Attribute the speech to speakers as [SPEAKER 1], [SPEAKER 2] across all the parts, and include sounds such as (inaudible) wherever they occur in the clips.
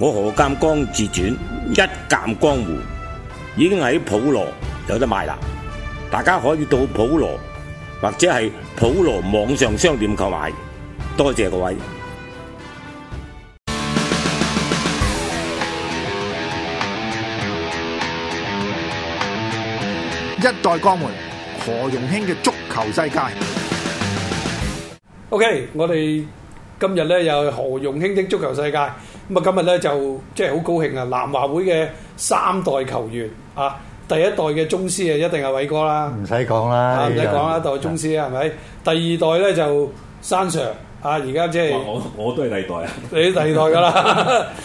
[SPEAKER 1] 我何鑑江自傳一鑑江湖已經喺普羅有得賣啦，大家可以到普羅或者係普羅網上商店購買。多謝各位。
[SPEAKER 2] 一代江門何容興嘅足球世界。
[SPEAKER 3] OK，我哋今日咧又係何容興的足球世界。咁啊，今日咧就即係好高興啊！南華會嘅三代球員啊，第一代嘅宗師啊，一定係偉哥啦，
[SPEAKER 4] 唔使講啦，
[SPEAKER 3] 啊唔使講啦，
[SPEAKER 4] 呢個
[SPEAKER 3] 代宗師啊，係咪？第二代咧就山 Sir 啊，而家即係
[SPEAKER 5] 我我都係第二代啊！
[SPEAKER 3] 你第二代噶啦。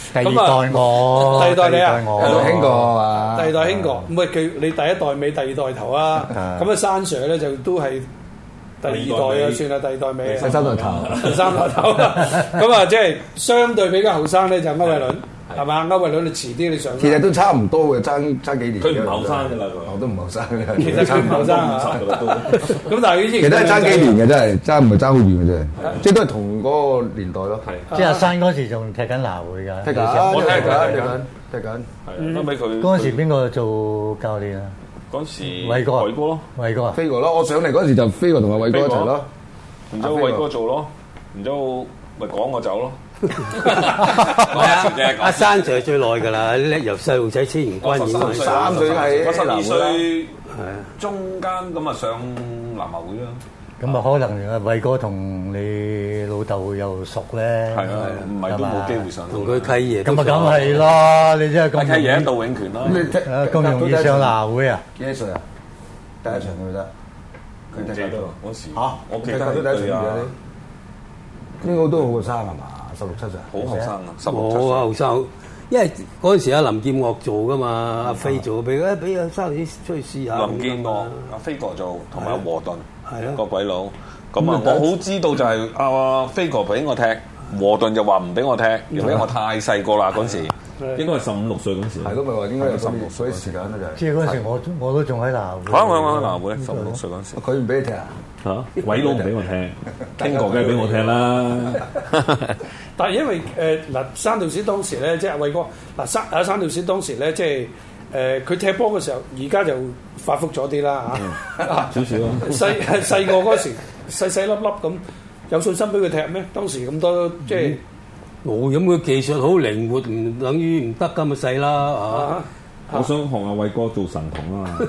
[SPEAKER 4] (laughs) 第二
[SPEAKER 3] 咁啊
[SPEAKER 4] 代我，
[SPEAKER 3] 第二代你啊
[SPEAKER 4] 我
[SPEAKER 3] 係咯
[SPEAKER 4] 興
[SPEAKER 3] 興
[SPEAKER 4] 哥
[SPEAKER 3] 第二代興哥，唔係佢你第一代尾，第二代頭啊。
[SPEAKER 4] 啊
[SPEAKER 3] 咁啊，山 Sir 咧就都係第二代啊，算啦，第二代尾啊
[SPEAKER 4] 第。三代頭，
[SPEAKER 3] 第三代頭咁啊，即係相對比較後生咧，就係歐偉倫係嘛？歐偉倫你遲啲你上山，
[SPEAKER 6] (laughs) 其實都差唔多嘅，爭爭幾年。
[SPEAKER 5] 佢唔後生㗎啦佢
[SPEAKER 6] 我都唔後生㗎啦。
[SPEAKER 3] 其實佢唔後生
[SPEAKER 5] 五
[SPEAKER 3] 啊
[SPEAKER 5] 十，㗎啦都。
[SPEAKER 3] 咁但係佢依
[SPEAKER 6] 其實
[SPEAKER 3] 然
[SPEAKER 6] 都係爭
[SPEAKER 3] 靚仔
[SPEAKER 6] 幾年嘅，真係爭唔係爭好遠嘅啫，即係都係同嗰個年代咯。
[SPEAKER 5] 係
[SPEAKER 4] 即係阿山嗰時仲踢緊南會㗎，
[SPEAKER 6] 踢緊，
[SPEAKER 5] 我
[SPEAKER 6] 踢緊，踢
[SPEAKER 5] 聽緊
[SPEAKER 6] 緊，踢緊。
[SPEAKER 5] 係啊，後尾佢
[SPEAKER 4] 嗰陣時邊個做教練啊？
[SPEAKER 5] 嗰時
[SPEAKER 4] 偉哥啊
[SPEAKER 5] 偉哥咯，
[SPEAKER 4] 偉哥啊，
[SPEAKER 6] 飛哥咯，我上嚟嗰時就飛哥同埋偉哥一齊
[SPEAKER 5] 飛
[SPEAKER 6] 咯
[SPEAKER 5] 哥。然之
[SPEAKER 6] 阿
[SPEAKER 5] 後
[SPEAKER 6] 飛哥
[SPEAKER 5] 偉哥做咯，然之後咪講我走咯。我
[SPEAKER 7] 阿山 Sir 最耐㗎啦，叻由細路仔千言關已經
[SPEAKER 5] 我十
[SPEAKER 7] 係
[SPEAKER 5] 三
[SPEAKER 6] 三歲係
[SPEAKER 5] 我十二歲
[SPEAKER 7] 係啊
[SPEAKER 5] 中間咁啊上南華會啦，
[SPEAKER 4] 咁啊可能阿偉哥同你老豆又熟咧，
[SPEAKER 5] 係啊，唔係都冇機會上到。
[SPEAKER 7] 同佢契爺都
[SPEAKER 4] 咁啊，
[SPEAKER 7] 熟
[SPEAKER 4] 梗係啦，你真係
[SPEAKER 5] 阿
[SPEAKER 4] 咁
[SPEAKER 5] 契爺喺杜永權啦，
[SPEAKER 6] 你踢
[SPEAKER 4] 啊咁容易上南會啊？
[SPEAKER 6] 幾多歲啊？第一場佢得，佢踢到
[SPEAKER 5] 嗰時
[SPEAKER 6] 嚇，
[SPEAKER 5] 我記
[SPEAKER 6] 踢到
[SPEAKER 5] 得
[SPEAKER 6] 第一
[SPEAKER 5] 對
[SPEAKER 6] 場
[SPEAKER 5] 啊
[SPEAKER 6] 嘅，你應該都好過生係嘛？十六七歲。
[SPEAKER 5] 好後生啊，十六七
[SPEAKER 7] 我啊
[SPEAKER 5] 歲。
[SPEAKER 7] 後生，因為嗰陣時阿林劍岳做噶嘛，阿飛做，俾佢俾阿生仔出去試下。
[SPEAKER 5] 林建岳、阿飛哥做，同埋阿和頓，
[SPEAKER 7] 係啊
[SPEAKER 5] 個鬼佬。咁啊，我好知道就係阿飛哥俾我踢，和頓就話唔俾我踢，因為我太細個啦嗰時。
[SPEAKER 8] 應該係十五六歲嗰陣時。
[SPEAKER 6] 係咯，咪話應該有十六歲時間啦，就
[SPEAKER 4] 即
[SPEAKER 6] 係。
[SPEAKER 4] 係嗰陣時我我都仲喺南會，
[SPEAKER 5] 可能我喺南會十五六歲嗰陣時，
[SPEAKER 6] 佢唔俾你踢啊？
[SPEAKER 8] 嚇，偉佬唔俾我聽，聽過梗係俾我聽啦。
[SPEAKER 3] 但係因為誒嗱，山道士當時咧，即係阿偉哥嗱啊山阿山道士當時咧，即係誒佢踢波嘅時候，而家就發福咗啲啦
[SPEAKER 6] 嗯
[SPEAKER 3] 嚇，
[SPEAKER 8] 少少啊
[SPEAKER 3] 細細個嗰時細細粒粒咁，有信心俾佢踢咩？當時咁多即係
[SPEAKER 7] 冇咁佢技術好靈活，唔等於唔得㗎咪細
[SPEAKER 6] 嗯
[SPEAKER 7] 啦
[SPEAKER 3] 啊
[SPEAKER 8] 我想學阿偉哥做神童啊嘛，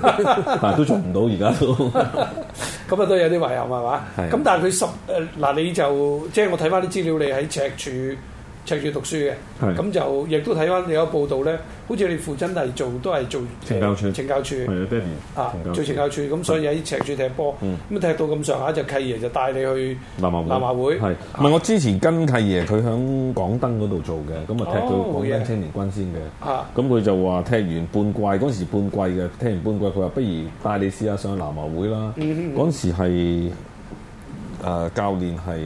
[SPEAKER 8] 但係都做唔到而家都。
[SPEAKER 3] 咁啊都有啲遺憾係嘛？
[SPEAKER 8] 係啊
[SPEAKER 3] 咁但係佢十誒呃嗱、你就即係我睇翻啲資料，你喺赤柱赤柱讀書嘅，
[SPEAKER 8] 係
[SPEAKER 3] 咁就亦都睇翻你有報道咧，好似你父親係做都係做
[SPEAKER 8] 懲教處
[SPEAKER 3] 懲教處
[SPEAKER 8] 係啊，爹哋
[SPEAKER 3] 啊，做
[SPEAKER 8] 懲教
[SPEAKER 3] 懲
[SPEAKER 8] 嗯
[SPEAKER 3] 教處咁，所以喺赤柱踢波，咁、踢到咁上下就契爺就帶你去
[SPEAKER 8] 南華會，
[SPEAKER 3] 南華會
[SPEAKER 8] 係唔係我之前跟契爺佢響港燈嗰度做嘅，咁啊踢到
[SPEAKER 3] 哦
[SPEAKER 8] 港
[SPEAKER 3] 好嘢
[SPEAKER 8] 燈青年軍先嘅。
[SPEAKER 3] 啊
[SPEAKER 8] 咁佢就話踢完半季，嗰陣時半季嘅，踢完半季佢話不如帶你試下上南華會啦。
[SPEAKER 3] 嗯
[SPEAKER 8] 嗰陣時係誒、呃教練係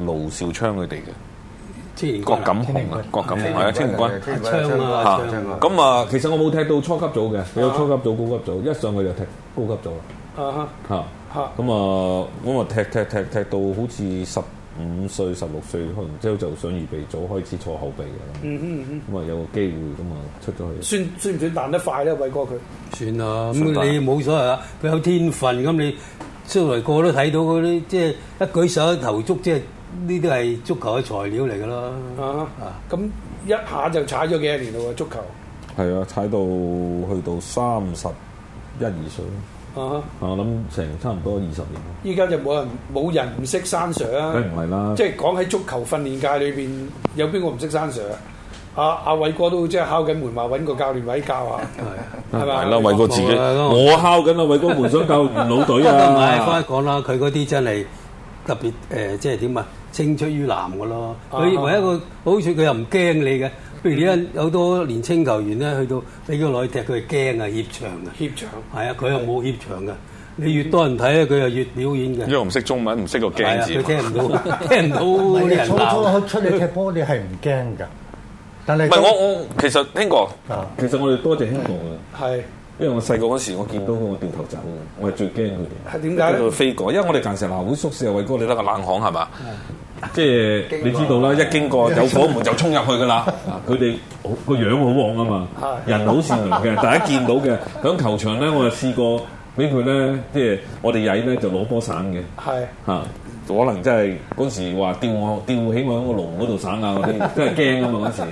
[SPEAKER 8] 盧兆昌佢哋嘅，
[SPEAKER 7] 嚇，千言
[SPEAKER 5] 郭
[SPEAKER 7] 關
[SPEAKER 5] 錦雄啊，郭錦雄係啊，青年軍。
[SPEAKER 6] 青
[SPEAKER 7] 槍啊
[SPEAKER 5] 嚇
[SPEAKER 7] 槍
[SPEAKER 6] 啊
[SPEAKER 5] 咁啊，
[SPEAKER 8] 其實我冇踢到初級組嘅，佢有初級組、高級組，一上去就踢高級組啦。
[SPEAKER 3] 啊哈
[SPEAKER 8] 嚇
[SPEAKER 3] 嚇
[SPEAKER 8] 咁啊，咁啊踢踢踢踢到好似十五歲、十六歲，可能之後就上預備組開始坐後備嘅。
[SPEAKER 3] 嗯哼嗯
[SPEAKER 8] 咁啊有個機會咁啊出咗
[SPEAKER 3] 哼，
[SPEAKER 8] 去。
[SPEAKER 3] 算算唔算彈得快咧？偉哥佢
[SPEAKER 7] 算啦，咁你冇所謂啊，佢有天分，咁你出嚟個個都睇到嗰啲，即係一舉手一投足，即係呢啲係足球嘅材料嚟㗎啦。
[SPEAKER 3] 啊哈咁一下就踩咗幾多年咯喎，足球
[SPEAKER 8] 係啊，踩到去到三十一二歲咯
[SPEAKER 3] 啊哈，
[SPEAKER 8] 啊我諗成差唔多二十年咯。
[SPEAKER 3] 依家就冇人冇人唔識山 Sir 啊
[SPEAKER 8] 梗。唔係啦
[SPEAKER 3] 即，係講喺足球訓練界裏邊，有邊個唔識山 Sir 啊？阿阿偉哥都即係考緊門話，揾個教練位教下，係咪啊？
[SPEAKER 5] 係啦，偉哥自己，
[SPEAKER 7] 冇啦咁
[SPEAKER 8] 我敲緊啊，偉哥門想教元老隊
[SPEAKER 7] (laughs) 唔係，翻
[SPEAKER 8] 啊！
[SPEAKER 7] 去講啦，佢嗰啲真係特別誒、即係點啊？青出於藍嘅咯。佢
[SPEAKER 3] 啊
[SPEAKER 7] 唯一一個好處，佢又唔驚你嘅，譬如而家有好多年青球員咧，去到俾佢落去踢，佢係驚啊，怯場啊，
[SPEAKER 3] 協場。
[SPEAKER 7] 係啊，佢又冇怯場嘅。你越多人睇咧，佢又越表演
[SPEAKER 5] 因為
[SPEAKER 7] 嘅。
[SPEAKER 5] 我唔識中文，唔識個
[SPEAKER 7] 係
[SPEAKER 5] 驚
[SPEAKER 7] 啊，
[SPEAKER 5] 字
[SPEAKER 7] 佢。聽唔到，聽唔到啲人鬧。
[SPEAKER 4] 唔係，初初出嚟踢波，你係唔驚㗎。但係
[SPEAKER 5] 唔係我我其實聽過，
[SPEAKER 8] 啊其實我哋多謝啊香港嘅，
[SPEAKER 3] 係
[SPEAKER 8] 因為我細個嗰時我見到佢我掉頭走嘅，我係最驚佢哋。
[SPEAKER 3] 係點解
[SPEAKER 8] 喺
[SPEAKER 3] 咧
[SPEAKER 8] 度？飛過，因為我哋近石南會宿舍，偉哥你得個冷巷係嘛？即係你知道啦，一經過有火門就衝入去噶啦。啊佢哋好個樣好旺啊嘛，
[SPEAKER 3] 係
[SPEAKER 8] 人好善良嘅，大家見到嘅。響球場咧，我就試過俾佢咧，即係我哋曳咧就攞波散嘅
[SPEAKER 3] 係
[SPEAKER 8] 嚇。啊可能真係嗰時話吊我吊起我喺個籠嗰度散啊嗰
[SPEAKER 6] (laughs)
[SPEAKER 8] 啲，真係驚啊嘛嗰時。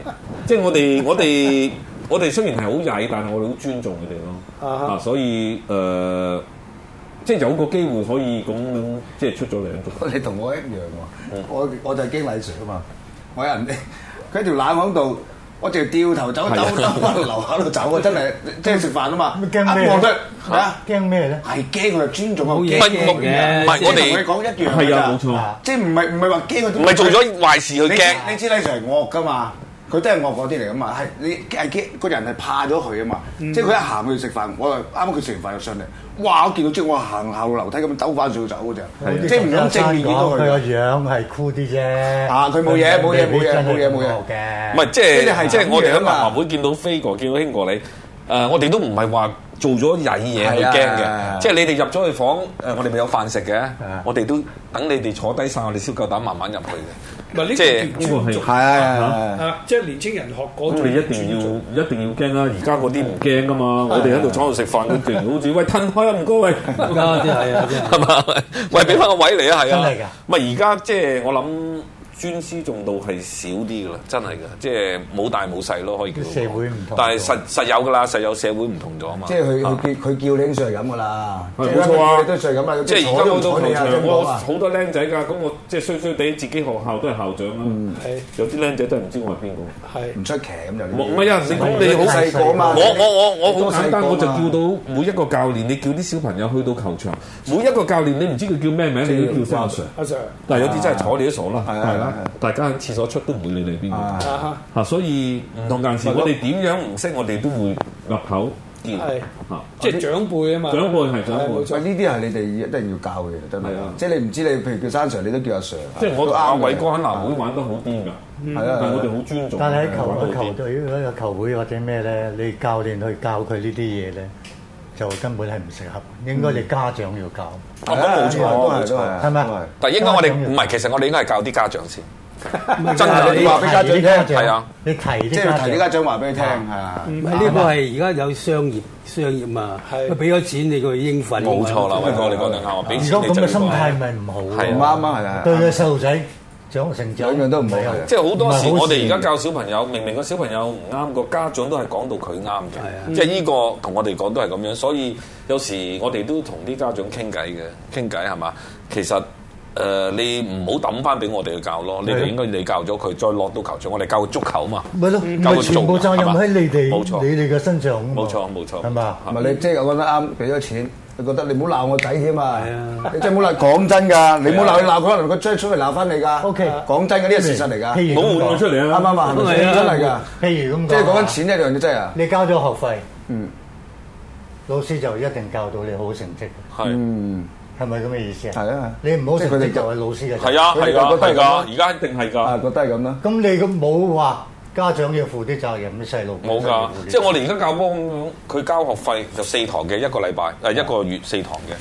[SPEAKER 8] 即係我哋我哋我哋雖然係好曳，但係我哋好尊重佢哋咯。
[SPEAKER 3] 啊哈
[SPEAKER 8] 啊，所以誒、呃即係有個機會可以咁樣，即係出咗兩種。
[SPEAKER 6] 你同我一樣喎，我我就係經理 Sir 啊嘛，我有人哋 (laughs) 佢喺條冷巷度，我就掉頭走，兜兜翻樓下度走啊，真係即係食飯啊嘛，
[SPEAKER 4] 咁
[SPEAKER 6] 一
[SPEAKER 4] 驚咩咧
[SPEAKER 6] 望得啊！
[SPEAKER 4] 驚咩咧？
[SPEAKER 6] 係驚佢就尊重我，啊
[SPEAKER 7] 冇嘢
[SPEAKER 6] 驚
[SPEAKER 7] 驚嘅
[SPEAKER 6] 唔係我
[SPEAKER 5] 即
[SPEAKER 6] 哋
[SPEAKER 5] 係
[SPEAKER 6] 同你講一樣㗎
[SPEAKER 8] 係
[SPEAKER 6] 咋
[SPEAKER 8] 啊，冇錯。
[SPEAKER 6] 即係唔係唔係話驚佢
[SPEAKER 5] 唔係做咗壞事去
[SPEAKER 6] 你
[SPEAKER 5] 驚。
[SPEAKER 6] 你知李 Sir 係惡噶嘛？佢都係惡嗰啲嚟噶嘛？係你係驚個人係怕咗佢啊嘛？即係佢一行去食飯，我就啱啱佢食完飯就上嚟，哇！我見到即係我行下樓梯咁兜翻上去走
[SPEAKER 4] 啊
[SPEAKER 6] 嘅啫，即係唔敢正面見到佢。
[SPEAKER 4] 佢個樣係cool啲啫。
[SPEAKER 6] 啊，佢冇嘢，
[SPEAKER 4] 佢未必
[SPEAKER 6] 冇嘢，冇嘢，
[SPEAKER 4] 真係
[SPEAKER 6] 冇嘢，
[SPEAKER 4] 咁
[SPEAKER 6] 冇
[SPEAKER 4] 惡
[SPEAKER 6] 嘢。
[SPEAKER 4] 嘅。
[SPEAKER 5] 唔係即
[SPEAKER 6] 即係
[SPEAKER 5] 係
[SPEAKER 6] 係
[SPEAKER 5] 即係我哋喺
[SPEAKER 6] 咁樣啊
[SPEAKER 5] 南華會見到飛哥，見到興過你。誒、我哋都唔係話做咗曳嘢去
[SPEAKER 6] 係啊
[SPEAKER 5] 驚
[SPEAKER 6] 係啊
[SPEAKER 5] 嘅，即係你哋入咗去房，誒、我哋咪有飯食嘅
[SPEAKER 4] 啊，
[SPEAKER 5] 我哋都等你哋坐低晒，我哋先夠膽慢慢入去
[SPEAKER 3] 唔係呢個
[SPEAKER 5] 即係
[SPEAKER 8] 呢
[SPEAKER 3] 叫
[SPEAKER 8] 個係
[SPEAKER 6] 係啊，
[SPEAKER 3] 啊，即係年青人學嗰
[SPEAKER 8] 咁
[SPEAKER 3] 種
[SPEAKER 8] 你一定要一定要驚啊啦！而家嗰啲
[SPEAKER 7] 啊
[SPEAKER 8] 唔驚噶嘛，我哋喺度坐喺度食飯，佢突然好似喂褪開啊，唔該喂。
[SPEAKER 7] 而家真係啊，真
[SPEAKER 8] (laughs)
[SPEAKER 7] 係
[SPEAKER 5] 嘅，係嘛？喂，俾翻個位你啊，係
[SPEAKER 4] 真係㗎
[SPEAKER 5] 啊，唔係而家即係我諗尊師重道係少啲噶啦，真係㗎，即係冇大冇細咯，可以叫做
[SPEAKER 4] 社會唔同咗
[SPEAKER 5] 但係實實有㗎啦，實有社會唔同咗啊嘛，
[SPEAKER 6] 即係佢
[SPEAKER 5] 啊
[SPEAKER 6] 佢叫佢叫你啲 Sir 咁噶啦，
[SPEAKER 8] 係冇錯啊
[SPEAKER 6] 即係佢叫你啲 Sir 咁啦，
[SPEAKER 5] 即係而
[SPEAKER 6] 坐
[SPEAKER 5] 家
[SPEAKER 6] 都唔
[SPEAKER 5] 我到
[SPEAKER 6] 坐
[SPEAKER 5] 球
[SPEAKER 6] 你啊，
[SPEAKER 5] 場，
[SPEAKER 6] 真
[SPEAKER 5] 我
[SPEAKER 6] 講啊！
[SPEAKER 8] 好多僆仔㗎，咁我即係衰衰地，自己學校都係校長啦。
[SPEAKER 6] 嗯
[SPEAKER 3] 係
[SPEAKER 8] 有啲僆仔真係唔知我係邊個。
[SPEAKER 3] 係
[SPEAKER 6] 唔出奇咁就呢啲。
[SPEAKER 8] 唔係啊，你講你好
[SPEAKER 6] 嗯細個啊嘛，
[SPEAKER 5] 我我我我
[SPEAKER 8] 我好簡單，
[SPEAKER 6] 細個嘛
[SPEAKER 8] 我就叫到每一個教練，你叫啲小朋友去到球場，每一個教練你唔知佢叫咩名，你都叫翻阿 Sir。
[SPEAKER 3] 阿 Sir
[SPEAKER 8] 但係有啲真係睬你都傻啦，
[SPEAKER 6] 係啊
[SPEAKER 8] 係
[SPEAKER 6] 係
[SPEAKER 8] 啦
[SPEAKER 6] 啊，
[SPEAKER 8] 大家喺廁所出都唔會理你邊
[SPEAKER 6] 啊
[SPEAKER 8] 個。
[SPEAKER 3] 啊哈
[SPEAKER 8] 嚇，所以唔同陣時，我哋點樣唔識，我哋都會入口叫
[SPEAKER 3] 係
[SPEAKER 8] 嚇。
[SPEAKER 3] 即係長輩啊嘛，
[SPEAKER 8] 嗯長輩係長
[SPEAKER 3] 係冇
[SPEAKER 8] 輩，
[SPEAKER 3] 錯
[SPEAKER 6] 喂，呢啲係你哋一定要教嘅，真係
[SPEAKER 8] 係啊。
[SPEAKER 6] 即係你唔知你，譬如叫山 Sir，你都叫阿 Sir。啊
[SPEAKER 8] 即係我
[SPEAKER 6] 都
[SPEAKER 8] 同阿
[SPEAKER 6] 啱嘅啊
[SPEAKER 8] 偉哥喺南會玩得好癲㗎，
[SPEAKER 6] 係
[SPEAKER 8] 嗯但係我
[SPEAKER 6] 啊，
[SPEAKER 8] 哋好尊重。啊
[SPEAKER 4] 但係喺球-
[SPEAKER 8] 玩得好癲
[SPEAKER 4] 球會或者咩咧，你教練去教佢呢啲嘢咧，就根本係唔適合，應該你家長要教，
[SPEAKER 8] 啊
[SPEAKER 5] 我講冇錯，
[SPEAKER 6] 都係
[SPEAKER 5] 冇
[SPEAKER 6] 都
[SPEAKER 5] 錯。
[SPEAKER 6] 係，
[SPEAKER 4] 係咪？
[SPEAKER 5] 但應該我哋
[SPEAKER 4] 家長要-
[SPEAKER 8] 嗯
[SPEAKER 5] 唔係，其實我哋應該係教啲家長先。真
[SPEAKER 4] 唔係，
[SPEAKER 5] 係
[SPEAKER 4] 你
[SPEAKER 5] 你
[SPEAKER 6] 話俾
[SPEAKER 4] 提
[SPEAKER 6] 家長
[SPEAKER 4] 啲
[SPEAKER 6] 聽，
[SPEAKER 4] 家長，
[SPEAKER 5] 係啊。
[SPEAKER 4] 你提啲
[SPEAKER 6] 即係要提啲
[SPEAKER 4] 家長。
[SPEAKER 6] 家長話俾佢聽
[SPEAKER 8] 啊
[SPEAKER 6] 啊嚇。
[SPEAKER 7] 唔係呢個係而家有商業商業嘛？
[SPEAKER 3] 係
[SPEAKER 7] 佢俾咗錢你，佢應
[SPEAKER 4] 啊
[SPEAKER 7] 份。
[SPEAKER 5] 冇錯啦，偉哥，你講得啱，我俾錢你就要講。
[SPEAKER 4] 如果咁嘅心態咪唔好咯。
[SPEAKER 6] 唔啱啊，係啊，
[SPEAKER 4] 對個細路仔長成長
[SPEAKER 6] 兩樣都唔好，
[SPEAKER 4] 唔係好-
[SPEAKER 6] 係啊。
[SPEAKER 5] 即係好多時，
[SPEAKER 4] 唔係好事。
[SPEAKER 5] 我哋而家教小朋友，明明個小朋友唔啱，個家長都係講到佢啱
[SPEAKER 4] 啊
[SPEAKER 5] 嘅，即係呢個同我哋講都係咁樣。所以有時我哋都同啲家長傾偈嘅，傾偈係嘛？其實誒、呃你唔好抌翻俾我哋去教咯，你哋應該你教咗佢，再落到球場，我哋教足球嘛。
[SPEAKER 4] 啊咪咯，
[SPEAKER 5] 夠佢做，
[SPEAKER 4] 咪全部責任喺你哋，
[SPEAKER 5] 係嘛？冇錯。
[SPEAKER 4] 你哋嘅身上啊嘛。
[SPEAKER 5] 冇錯冇錯，
[SPEAKER 4] 係嘛？
[SPEAKER 8] 啊
[SPEAKER 6] 唔係你即係我覺得啱，俾咗錢，你覺得你唔好鬧我仔添啊
[SPEAKER 7] 啊！
[SPEAKER 6] 你真係唔好鬧，講真㗎，你唔好鬧佢鬧佢，可能佢追出嚟鬧翻你㗎。
[SPEAKER 4] OK
[SPEAKER 6] 講真嘅呢個事實嚟㗎，
[SPEAKER 4] 呃譬如咁
[SPEAKER 8] 唔好換我出嚟
[SPEAKER 6] 啱
[SPEAKER 8] 啊！
[SPEAKER 6] 啱啊？係咪先真係㗎？
[SPEAKER 4] 譬如咁講啊，
[SPEAKER 6] 即係講緊錢一樣嘅真係啊！
[SPEAKER 4] 你交咗學費，
[SPEAKER 6] 嗯。
[SPEAKER 4] 老師就一定教到你好成績，係咪咁嘅意思啊？
[SPEAKER 5] 係
[SPEAKER 6] 嗯係啊，
[SPEAKER 4] 你唔好成績
[SPEAKER 6] 即係佢哋就-
[SPEAKER 4] 就係老師嘅責任。
[SPEAKER 5] 係啊係啊
[SPEAKER 6] 佢哋覺得
[SPEAKER 5] 係
[SPEAKER 6] 係咁
[SPEAKER 5] 㗎
[SPEAKER 6] 啊，
[SPEAKER 5] 而家一定係㗎
[SPEAKER 6] 啊。覺得係咁啦。
[SPEAKER 4] 咁你咁冇話家長要負啲責任，啲細路本身
[SPEAKER 5] 冇㗎，
[SPEAKER 4] 要負啲
[SPEAKER 5] 即係我哋而家教波咁樣，佢交學費就四堂嘅一個禮拜，誒一個月四堂嘅。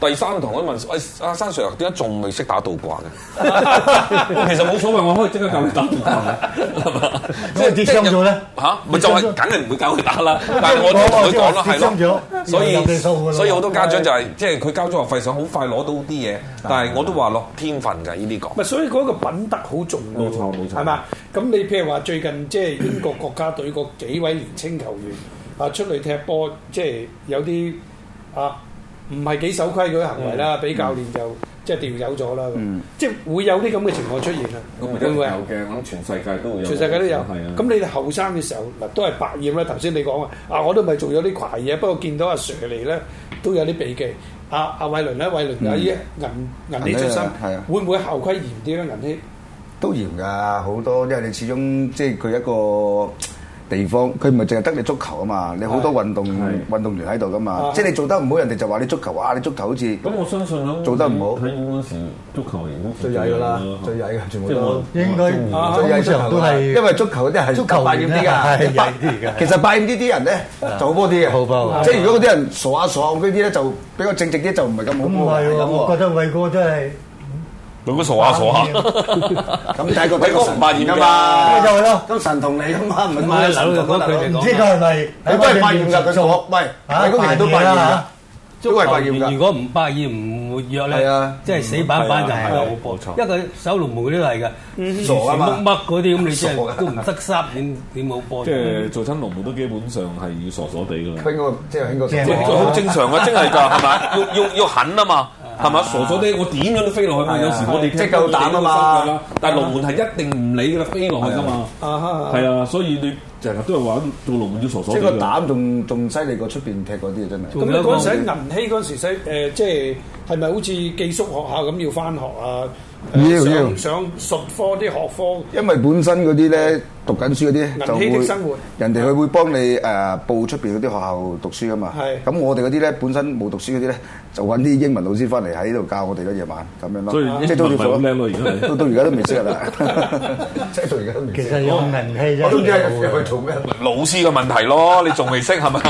[SPEAKER 5] 第三堂我問：喂，阿山 Sir 點解仲未識打倒掛
[SPEAKER 8] (laughs)
[SPEAKER 5] 嘅？其實冇所
[SPEAKER 8] 所謂我可以即刻教你打電話。
[SPEAKER 5] (laughs) 謂，
[SPEAKER 4] 咁佢跌傷咗呢
[SPEAKER 5] 嚇，咪就係
[SPEAKER 4] 跌傷咗
[SPEAKER 5] 梗係唔會教佢打
[SPEAKER 8] (laughs)
[SPEAKER 5] 啦。但係我都同佢講啦，係咯。所以所以好多家長就係即係佢交咗學費想好快攞到啲嘢，但係我都話落天分㗎呢啲
[SPEAKER 3] 咪
[SPEAKER 5] 講。
[SPEAKER 3] 所以嗰個品德好重要，
[SPEAKER 8] 冇錯冇錯
[SPEAKER 3] 係嘛？咁你譬如話最近即係英國國家隊嗰幾位年青球員啊出嚟踢波，即係有啲啊唔係幾守規矩嘅行為啦，
[SPEAKER 8] 嗯
[SPEAKER 3] 俾教練就即係調走咗啦，即係會有啲咁嘅情況出現啊，
[SPEAKER 8] 咁
[SPEAKER 3] 會
[SPEAKER 8] 有
[SPEAKER 3] 唔會啊？
[SPEAKER 8] 嘅，我諗全世界都會有，
[SPEAKER 3] 全世界都有。
[SPEAKER 8] 係啊。
[SPEAKER 3] 咁你哋後生嘅時候嗱，都係百厭啦。頭先你講啊，啊我都咪做咗啲怪嘢，不過見到阿 Sir 嚟咧都有啲避忌。啊
[SPEAKER 8] 嗯
[SPEAKER 3] 阿阿偉倫咧，偉倫阿姨銀銀禧出身
[SPEAKER 6] 係啊係啊，
[SPEAKER 3] 會唔會校規嚴啲咧？銀禧
[SPEAKER 6] 都嚴㗎，好多，因為你始終即係佢一個地方，佢唔係淨係得你足球啊嘛，你好多運動運動員喺度㗎
[SPEAKER 4] 啊
[SPEAKER 6] 嘛，即係你做得唔好，人哋就話你足球，哇！你足球好似
[SPEAKER 8] 咁我相信喺
[SPEAKER 6] 做得唔好
[SPEAKER 8] 喺嗰陣時足球員都
[SPEAKER 6] 最曳㗎啦，最曳㗎，全部
[SPEAKER 8] 即係
[SPEAKER 6] 都
[SPEAKER 8] 我。
[SPEAKER 4] 應
[SPEAKER 6] 哦
[SPEAKER 4] 該
[SPEAKER 6] 最
[SPEAKER 4] 通
[SPEAKER 6] 曳足球
[SPEAKER 4] 常
[SPEAKER 6] 都
[SPEAKER 4] 都
[SPEAKER 6] 係，
[SPEAKER 4] 係
[SPEAKER 6] 因為足球嗰啲係
[SPEAKER 4] 足球
[SPEAKER 6] 百厭啲
[SPEAKER 4] 員咧係
[SPEAKER 6] 㗎，百
[SPEAKER 4] 曳啲嘅
[SPEAKER 6] 其實百厭啲啲人咧就好波啲嘅，
[SPEAKER 4] 好波
[SPEAKER 6] 即係如果嗰啲人傻下傻下嗰啲咧，就比較正直啲，就唔係咁好
[SPEAKER 4] 咁唔
[SPEAKER 6] 波
[SPEAKER 4] 係
[SPEAKER 6] 係
[SPEAKER 4] 喎，
[SPEAKER 6] 咁
[SPEAKER 4] 我
[SPEAKER 6] 喎
[SPEAKER 4] 覺得偉哥真係
[SPEAKER 5] 兩個傻下傻下，
[SPEAKER 6] 咁但係個
[SPEAKER 5] 喂嗰個唔百厭㗎
[SPEAKER 6] 㗎嘛，
[SPEAKER 4] 咪就係
[SPEAKER 5] 啊
[SPEAKER 4] 咯
[SPEAKER 6] 咁神童嚟㗎嘛，唔係
[SPEAKER 7] 唔
[SPEAKER 6] 講
[SPEAKER 7] 係
[SPEAKER 6] 神
[SPEAKER 7] 嗱，老實
[SPEAKER 6] 童
[SPEAKER 7] 講
[SPEAKER 6] 啊
[SPEAKER 7] 佢哋
[SPEAKER 4] 唔
[SPEAKER 7] 講
[SPEAKER 4] 知佢係咪
[SPEAKER 6] 大佬佢都係百厭㗎，佢做哎喂，
[SPEAKER 4] 啊
[SPEAKER 6] 你嗰期都百
[SPEAKER 4] 百厭啦
[SPEAKER 6] 厭㗎
[SPEAKER 4] 嚇。
[SPEAKER 6] 都係百厭㗎
[SPEAKER 7] 如果唔百厭唔活躍
[SPEAKER 6] 係
[SPEAKER 7] 咧
[SPEAKER 6] 啊，
[SPEAKER 7] 即係死板板就係
[SPEAKER 6] 係啊
[SPEAKER 7] 啦，我搏。一個手龍門嗰啲係㗎，
[SPEAKER 6] 傻啊嘛
[SPEAKER 7] 乜乜嗰啲咁，你即
[SPEAKER 6] 傻啊
[SPEAKER 7] 係都唔得濕，點點冇波？
[SPEAKER 8] 即係呃做親龍門都基本上係要傻傻地㗎啦
[SPEAKER 6] 佢。應該即係應該
[SPEAKER 4] 正
[SPEAKER 6] 即係
[SPEAKER 4] 喎
[SPEAKER 5] 好正常嘅，真係㗎，係咪？要要要狠啊嘛，係咪？傻傻地，我點樣都飛落去嘛。
[SPEAKER 6] 係啊
[SPEAKER 5] 有時我哋
[SPEAKER 6] 即係夠膽啊嘛
[SPEAKER 5] 踢波都飛落去啦但係龍門係一定唔理㗎啦，飛落去㗎嘛。
[SPEAKER 3] 啊哈，
[SPEAKER 8] 係啊，所以你成日都係話做龍門要傻傻
[SPEAKER 6] 即
[SPEAKER 8] 地
[SPEAKER 6] 係個
[SPEAKER 8] 㗎
[SPEAKER 6] 膽仲仲犀利過出邊踢嗰啲啊！真
[SPEAKER 3] 咁
[SPEAKER 6] 係
[SPEAKER 3] 你嗰陣時喺銀禧嗰陣時使誒，即係係咪好似寄宿學校咁要翻學啊？誒
[SPEAKER 6] 要
[SPEAKER 3] 上
[SPEAKER 6] 要
[SPEAKER 3] 上術科啲學科。
[SPEAKER 6] 因為本身嗰啲咧讀緊書嗰啲就
[SPEAKER 3] 銀禧的
[SPEAKER 6] 會
[SPEAKER 3] 生活
[SPEAKER 6] 人哋佢會幫你誒、呃、報出邊嗰啲學校讀書噶嘛
[SPEAKER 3] 係。
[SPEAKER 6] 咁我哋嗰啲咧本身冇讀書嗰啲咧，就揾啲英文老師翻嚟喺度教我哋嘅夜晚咁樣咯。
[SPEAKER 8] 所以
[SPEAKER 6] 即係
[SPEAKER 8] 英
[SPEAKER 6] 都
[SPEAKER 8] 文咪好叻咯
[SPEAKER 6] 做 (laughs)
[SPEAKER 8] 而家係
[SPEAKER 6] 到到而家都未識㗎啦， (laughs) 即係到而家都未
[SPEAKER 4] 其
[SPEAKER 6] 識。
[SPEAKER 4] 實有銀氣啫，
[SPEAKER 6] 我都唔知係去做咩，
[SPEAKER 5] 老師嘅問題咯，你仲未識 (laughs) 係咪？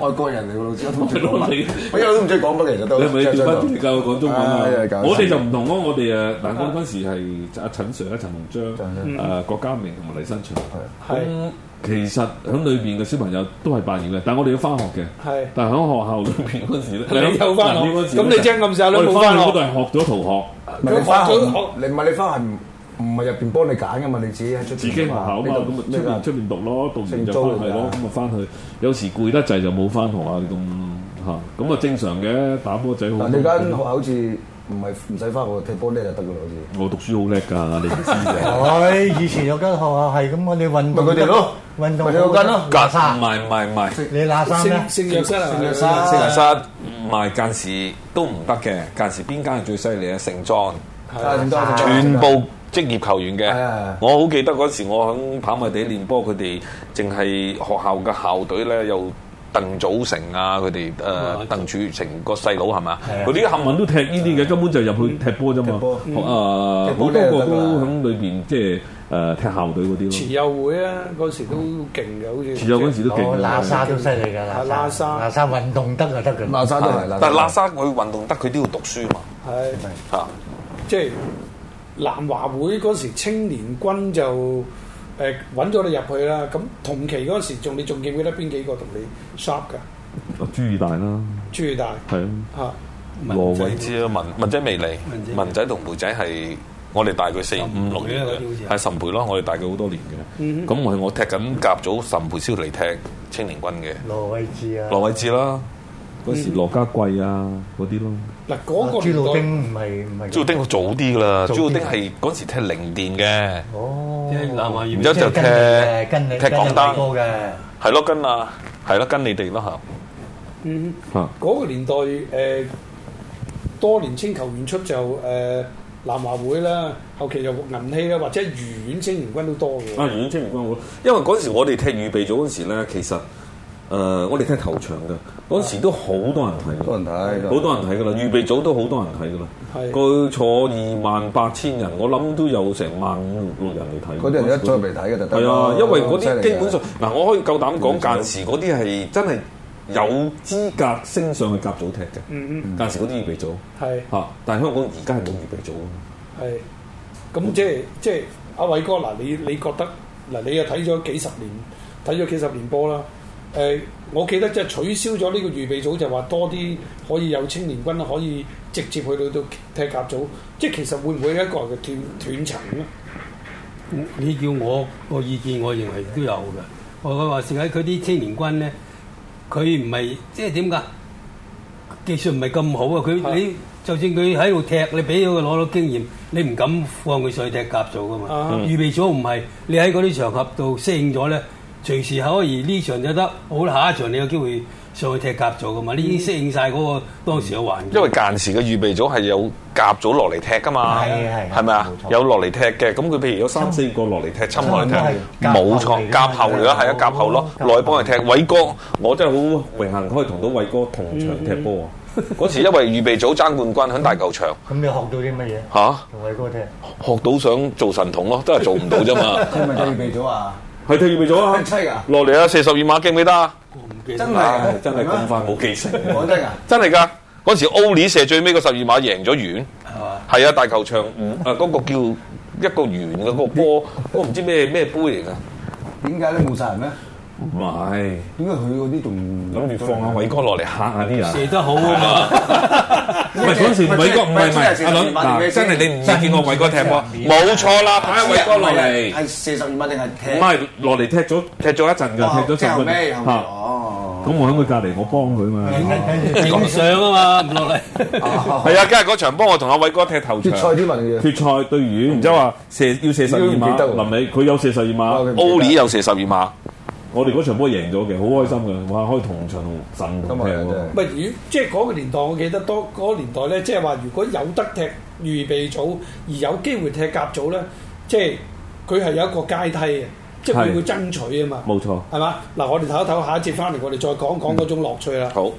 [SPEAKER 6] 外國人嚟嘅老師，我都唔知講乜
[SPEAKER 8] 你，
[SPEAKER 6] 我一路都唔知講乜，其實都。
[SPEAKER 8] 你係咪
[SPEAKER 6] 即係
[SPEAKER 8] 調翻
[SPEAKER 6] 想
[SPEAKER 8] 轉嚟教我講中文啊
[SPEAKER 6] 唉真係搞？笑
[SPEAKER 8] 我哋就唔同咯，我哋誒嗱，嗰嗰陣時係阿陳 Sir 啦、陳鴻章、誒郭家明同埋黎新祥。咁其實喺裏邊嘅小朋友都係扮演嘅，但係我哋要翻學
[SPEAKER 3] 係
[SPEAKER 8] 嘅。但係喺學校裏邊嗰陣時咧，
[SPEAKER 3] 你有返學
[SPEAKER 8] 嗱呢嗰陣時咧
[SPEAKER 3] 咁你即係暗示阿女
[SPEAKER 8] 我哋
[SPEAKER 3] 冇返學
[SPEAKER 8] 去嗰度係學咗逃學，
[SPEAKER 6] 唔係你翻學
[SPEAKER 3] 我我，
[SPEAKER 6] 你唔係你翻學唔唔係入邊幫你揀噶嘛？你自己喺出邊
[SPEAKER 8] 自己學校啊嘛，咁咪出面出面讀咯，
[SPEAKER 3] 啊
[SPEAKER 8] 讀完就翻去咯，咁咪翻去。有時攰得滯就冇翻學啊，咁嚇咁啊正常嘅，打波仔好。
[SPEAKER 6] 嗱，你間學校好似唔係唔使翻學踢波呢就得噶啦，好似。
[SPEAKER 8] 我讀書好叻㗎，
[SPEAKER 3] (laughs)
[SPEAKER 8] 你唔知嘅。
[SPEAKER 4] 係以前有間學校係咁，我哋運動
[SPEAKER 6] 咪佢哋咯
[SPEAKER 4] 運動
[SPEAKER 6] 咪佢嗰間咯
[SPEAKER 4] 嗱衫
[SPEAKER 5] 唔，係唔係唔係。
[SPEAKER 4] 你嗱衫咧
[SPEAKER 3] 聖，聖約瑟啊，
[SPEAKER 5] 四人室唔係間時都唔得嘅，間時邊間係最犀利啊？盛裝
[SPEAKER 6] 啊，多
[SPEAKER 5] 全部職業球員嘅
[SPEAKER 6] 係啊係係，
[SPEAKER 5] 我好記得嗰時我響跑馬地練波，佢哋淨係學校嘅校隊咧，有鄧祖成啊，佢
[SPEAKER 6] 哦
[SPEAKER 5] 哋誒鄧柱成個細佬係嘛？佢啲冚
[SPEAKER 8] 文都踢呢啲嘅，根本就入去踢波啫嘛。
[SPEAKER 6] 啊踢波
[SPEAKER 8] 誒，
[SPEAKER 5] 啊
[SPEAKER 8] 好
[SPEAKER 6] 踢
[SPEAKER 8] 多
[SPEAKER 6] 波呢
[SPEAKER 8] 個
[SPEAKER 6] 就得㗎
[SPEAKER 8] 都
[SPEAKER 6] 啦
[SPEAKER 8] 喺裏邊即係誒
[SPEAKER 5] 呃
[SPEAKER 8] 踢校隊嗰
[SPEAKER 3] 慈
[SPEAKER 8] 啲咯。
[SPEAKER 3] 幼會啊，嗰時都勁嘅，好似
[SPEAKER 8] 持有嗰時都
[SPEAKER 4] 我
[SPEAKER 8] 勁
[SPEAKER 4] 嗱
[SPEAKER 8] 㗎。
[SPEAKER 4] 衫都犀利㗎，
[SPEAKER 3] 嗱衫
[SPEAKER 4] 嗱衫嗱衫運動得就得㗎，
[SPEAKER 6] 垃圾都係，
[SPEAKER 5] 但係拉沙佢運動得，佢都要讀書嘛
[SPEAKER 3] 係
[SPEAKER 5] 嚇。
[SPEAKER 3] 即係南華會嗰時青年軍就誒揾咗你入去啦。咁同期嗰時仲你仲記唔記得邊幾個同你 sharp 㗎？
[SPEAKER 8] 朱義大啦，
[SPEAKER 3] 朱義大
[SPEAKER 8] 係啊，
[SPEAKER 3] 嚇，
[SPEAKER 8] 羅
[SPEAKER 5] 你
[SPEAKER 8] 偉
[SPEAKER 5] 知啦，文文仔未嚟，文仔同梅仔係我哋大佢四五六年
[SPEAKER 7] 十倍啦嗰啲好似
[SPEAKER 5] 嘅，
[SPEAKER 7] 係
[SPEAKER 5] 係十倍咯，我哋大佢好多年嘅。咁我係我踢緊甲組，十倍先嚟踢青年軍嘅，
[SPEAKER 4] 羅偉志啊，
[SPEAKER 5] 羅偉志啦，
[SPEAKER 8] 嗰時羅家貴啊嗰啲咯。
[SPEAKER 3] 嗱
[SPEAKER 4] 啊
[SPEAKER 3] 嗰個
[SPEAKER 4] 朱
[SPEAKER 3] 年
[SPEAKER 4] 老
[SPEAKER 3] 代
[SPEAKER 4] 丁唔係唔係，
[SPEAKER 5] 朱浩丁早啲噶啦，
[SPEAKER 4] 早啲
[SPEAKER 5] 朱浩丁係嗰時踢零電嘅，
[SPEAKER 4] 哦
[SPEAKER 7] 即，係南華
[SPEAKER 5] 然
[SPEAKER 8] 嗯
[SPEAKER 7] 園
[SPEAKER 5] 之後
[SPEAKER 4] 即
[SPEAKER 5] 就
[SPEAKER 4] 係
[SPEAKER 5] 踢
[SPEAKER 4] 跟你嘅跟你
[SPEAKER 5] 踢
[SPEAKER 4] 跟
[SPEAKER 5] 港
[SPEAKER 4] 你
[SPEAKER 5] 單
[SPEAKER 4] 偉，哥嘅。
[SPEAKER 5] 係咯跟啊，係咯跟你哋咯嚇。
[SPEAKER 8] 嚇，
[SPEAKER 3] 嗰個年代誒多年青球員出就誒南華會啦，後期就銀禧啦，或者愉園青年軍都多嘅。
[SPEAKER 8] 啊，遠青唔關我。
[SPEAKER 5] 因為嗰時我哋踢預備組嗰時咧，其實誒、呃我哋踢頭場嘅，嗰時都好多人睇，
[SPEAKER 6] 多人睇
[SPEAKER 5] 好多人睇噶啦，預備組都好多人睇噶啦。
[SPEAKER 3] 係
[SPEAKER 5] 佢坐二萬八千人，我諗都有成萬五六人嚟睇。
[SPEAKER 6] 嗰啲人一再嚟睇嘅就得。
[SPEAKER 5] 係啊，因為嗰
[SPEAKER 6] 好犀利
[SPEAKER 5] 啲
[SPEAKER 6] 㗎
[SPEAKER 5] 基本上嗱，我可以夠膽講，間時嗰啲係真係有資格升上去甲組踢嘅。
[SPEAKER 3] 嗯嗯，
[SPEAKER 5] 間時嗰啲預備組
[SPEAKER 3] 係。
[SPEAKER 5] 嚇，但係香港而家係冇預備組啊嘛。
[SPEAKER 3] 係，咁即係即係阿偉哥嗱，你你覺得嗱，你又睇咗幾十年，睇咗幾十年波啦。誒、我記得即係取消咗呢個預備組，就話多啲可以有青年軍可以直接去到到踢甲組，即係其實會唔會一個嘅斷斷層咧？
[SPEAKER 7] 你叫我個意見，我認為都有嘅。我我話事喺佢啲青年軍咧，佢唔係即係點㗎？技術唔係咁好啊！佢
[SPEAKER 3] 係
[SPEAKER 7] 你就算佢喺度踢，你俾佢攞到經驗，你唔敢放佢上去踢甲組噶嘛。
[SPEAKER 3] 啊
[SPEAKER 7] 預備組唔係你喺嗰啲場合度適應咗咧，隨時可以呢場就得，好啦，下一場你有機會上去踢甲組噶嘛，你已經適應晒嗰個當時嘅環境。
[SPEAKER 5] 因為間時嘅預備組係有甲組落嚟踢噶嘛，
[SPEAKER 4] 係啊係啊
[SPEAKER 5] 係咪啊
[SPEAKER 4] 冇？錯
[SPEAKER 5] 有落嚟踢嘅，咁佢譬如有三四個落嚟踢，侵落
[SPEAKER 4] 係
[SPEAKER 5] 嚟踢，
[SPEAKER 4] 夾後嚟
[SPEAKER 5] 冇
[SPEAKER 4] 㗎
[SPEAKER 5] 錯，夾後嚟啦，係啊，夾後咯，
[SPEAKER 4] 夾後
[SPEAKER 5] 內幫佢踢。偉哥，我真係好
[SPEAKER 8] 榮幸可以同到偉哥同場踢波啊！
[SPEAKER 5] 嗯嗰時因為預備組爭冠軍喺大球場
[SPEAKER 4] 咁你學到啲乜嘢？
[SPEAKER 8] 嗯
[SPEAKER 5] 嚇，
[SPEAKER 4] 同偉哥聽。
[SPEAKER 5] 學到想做神童咯，都係做唔到啫嘛。
[SPEAKER 6] 係咪準備咗啊？
[SPEAKER 8] 係踢預備咗啊！
[SPEAKER 6] 真係㗎，
[SPEAKER 5] 落嚟啊，四十二碼記唔記得啊？
[SPEAKER 7] 我唔記得
[SPEAKER 6] 真
[SPEAKER 7] 啦。
[SPEAKER 6] 係
[SPEAKER 8] 真係講翻冇記性。
[SPEAKER 6] 講真㗎，
[SPEAKER 5] 真係㗎！嗰時 o l 射最尾個十二碼贏咗遠，係啊，大球場
[SPEAKER 8] 嗯
[SPEAKER 5] 誒嗰個叫一個圓嘅嗰個波，我唔知咩咩杯嚟㗎。
[SPEAKER 6] 點解咧冇晒人咧？
[SPEAKER 8] 唔係，
[SPEAKER 6] 點解佢嗰啲仲
[SPEAKER 8] 諗住放阿偉哥落嚟嚇下啲人。
[SPEAKER 7] 射得好啊嘛，
[SPEAKER 8] 唔係嗰陣時，偉哥唔係唔係，阿倫嗱，真係你唔見過偉哥踢波，冇錯啦，擺阿偉哥落嚟，
[SPEAKER 6] 係四十二蚊定係踢？
[SPEAKER 8] 唔係落嚟踢咗踢咗一陣㗎，踢咗
[SPEAKER 6] 即係後
[SPEAKER 8] 陣
[SPEAKER 6] 尾
[SPEAKER 8] 㗎
[SPEAKER 6] 後尾
[SPEAKER 8] 嚇。
[SPEAKER 6] 哦。
[SPEAKER 8] 咁我喺佢隔離，我幫佢嘛。
[SPEAKER 7] (laughs) 影相啊嘛，唔落嚟。
[SPEAKER 5] 係啊，梗係嗰場波我同阿偉哥踢頭場，
[SPEAKER 6] 添文嘅
[SPEAKER 8] 決賽對魚，然之後話射要射十二
[SPEAKER 6] 應該唔
[SPEAKER 8] 碼，
[SPEAKER 6] 記得喎
[SPEAKER 8] 臨尾佢有射十二碼，
[SPEAKER 5] o l 又射十二碼，
[SPEAKER 8] 我哋嗰場波贏咗嘅，好開心嘅，哇！可以同場同神
[SPEAKER 5] 啊
[SPEAKER 8] 同踢
[SPEAKER 6] 今日
[SPEAKER 8] 喎
[SPEAKER 6] 真係。
[SPEAKER 3] 唔係，如即係嗰個年代，我記得多嗰、個年代咧，即係話如果有得踢預備組，而有機會踢甲組咧，即係佢係有一個階梯嘅，即係佢
[SPEAKER 8] 係
[SPEAKER 3] 會爭取啊嘛。
[SPEAKER 8] 冇錯
[SPEAKER 3] 係嘛？嗱，我哋唞一唞，下一節翻嚟，我哋再講講嗰種樂趣啦。
[SPEAKER 5] 好。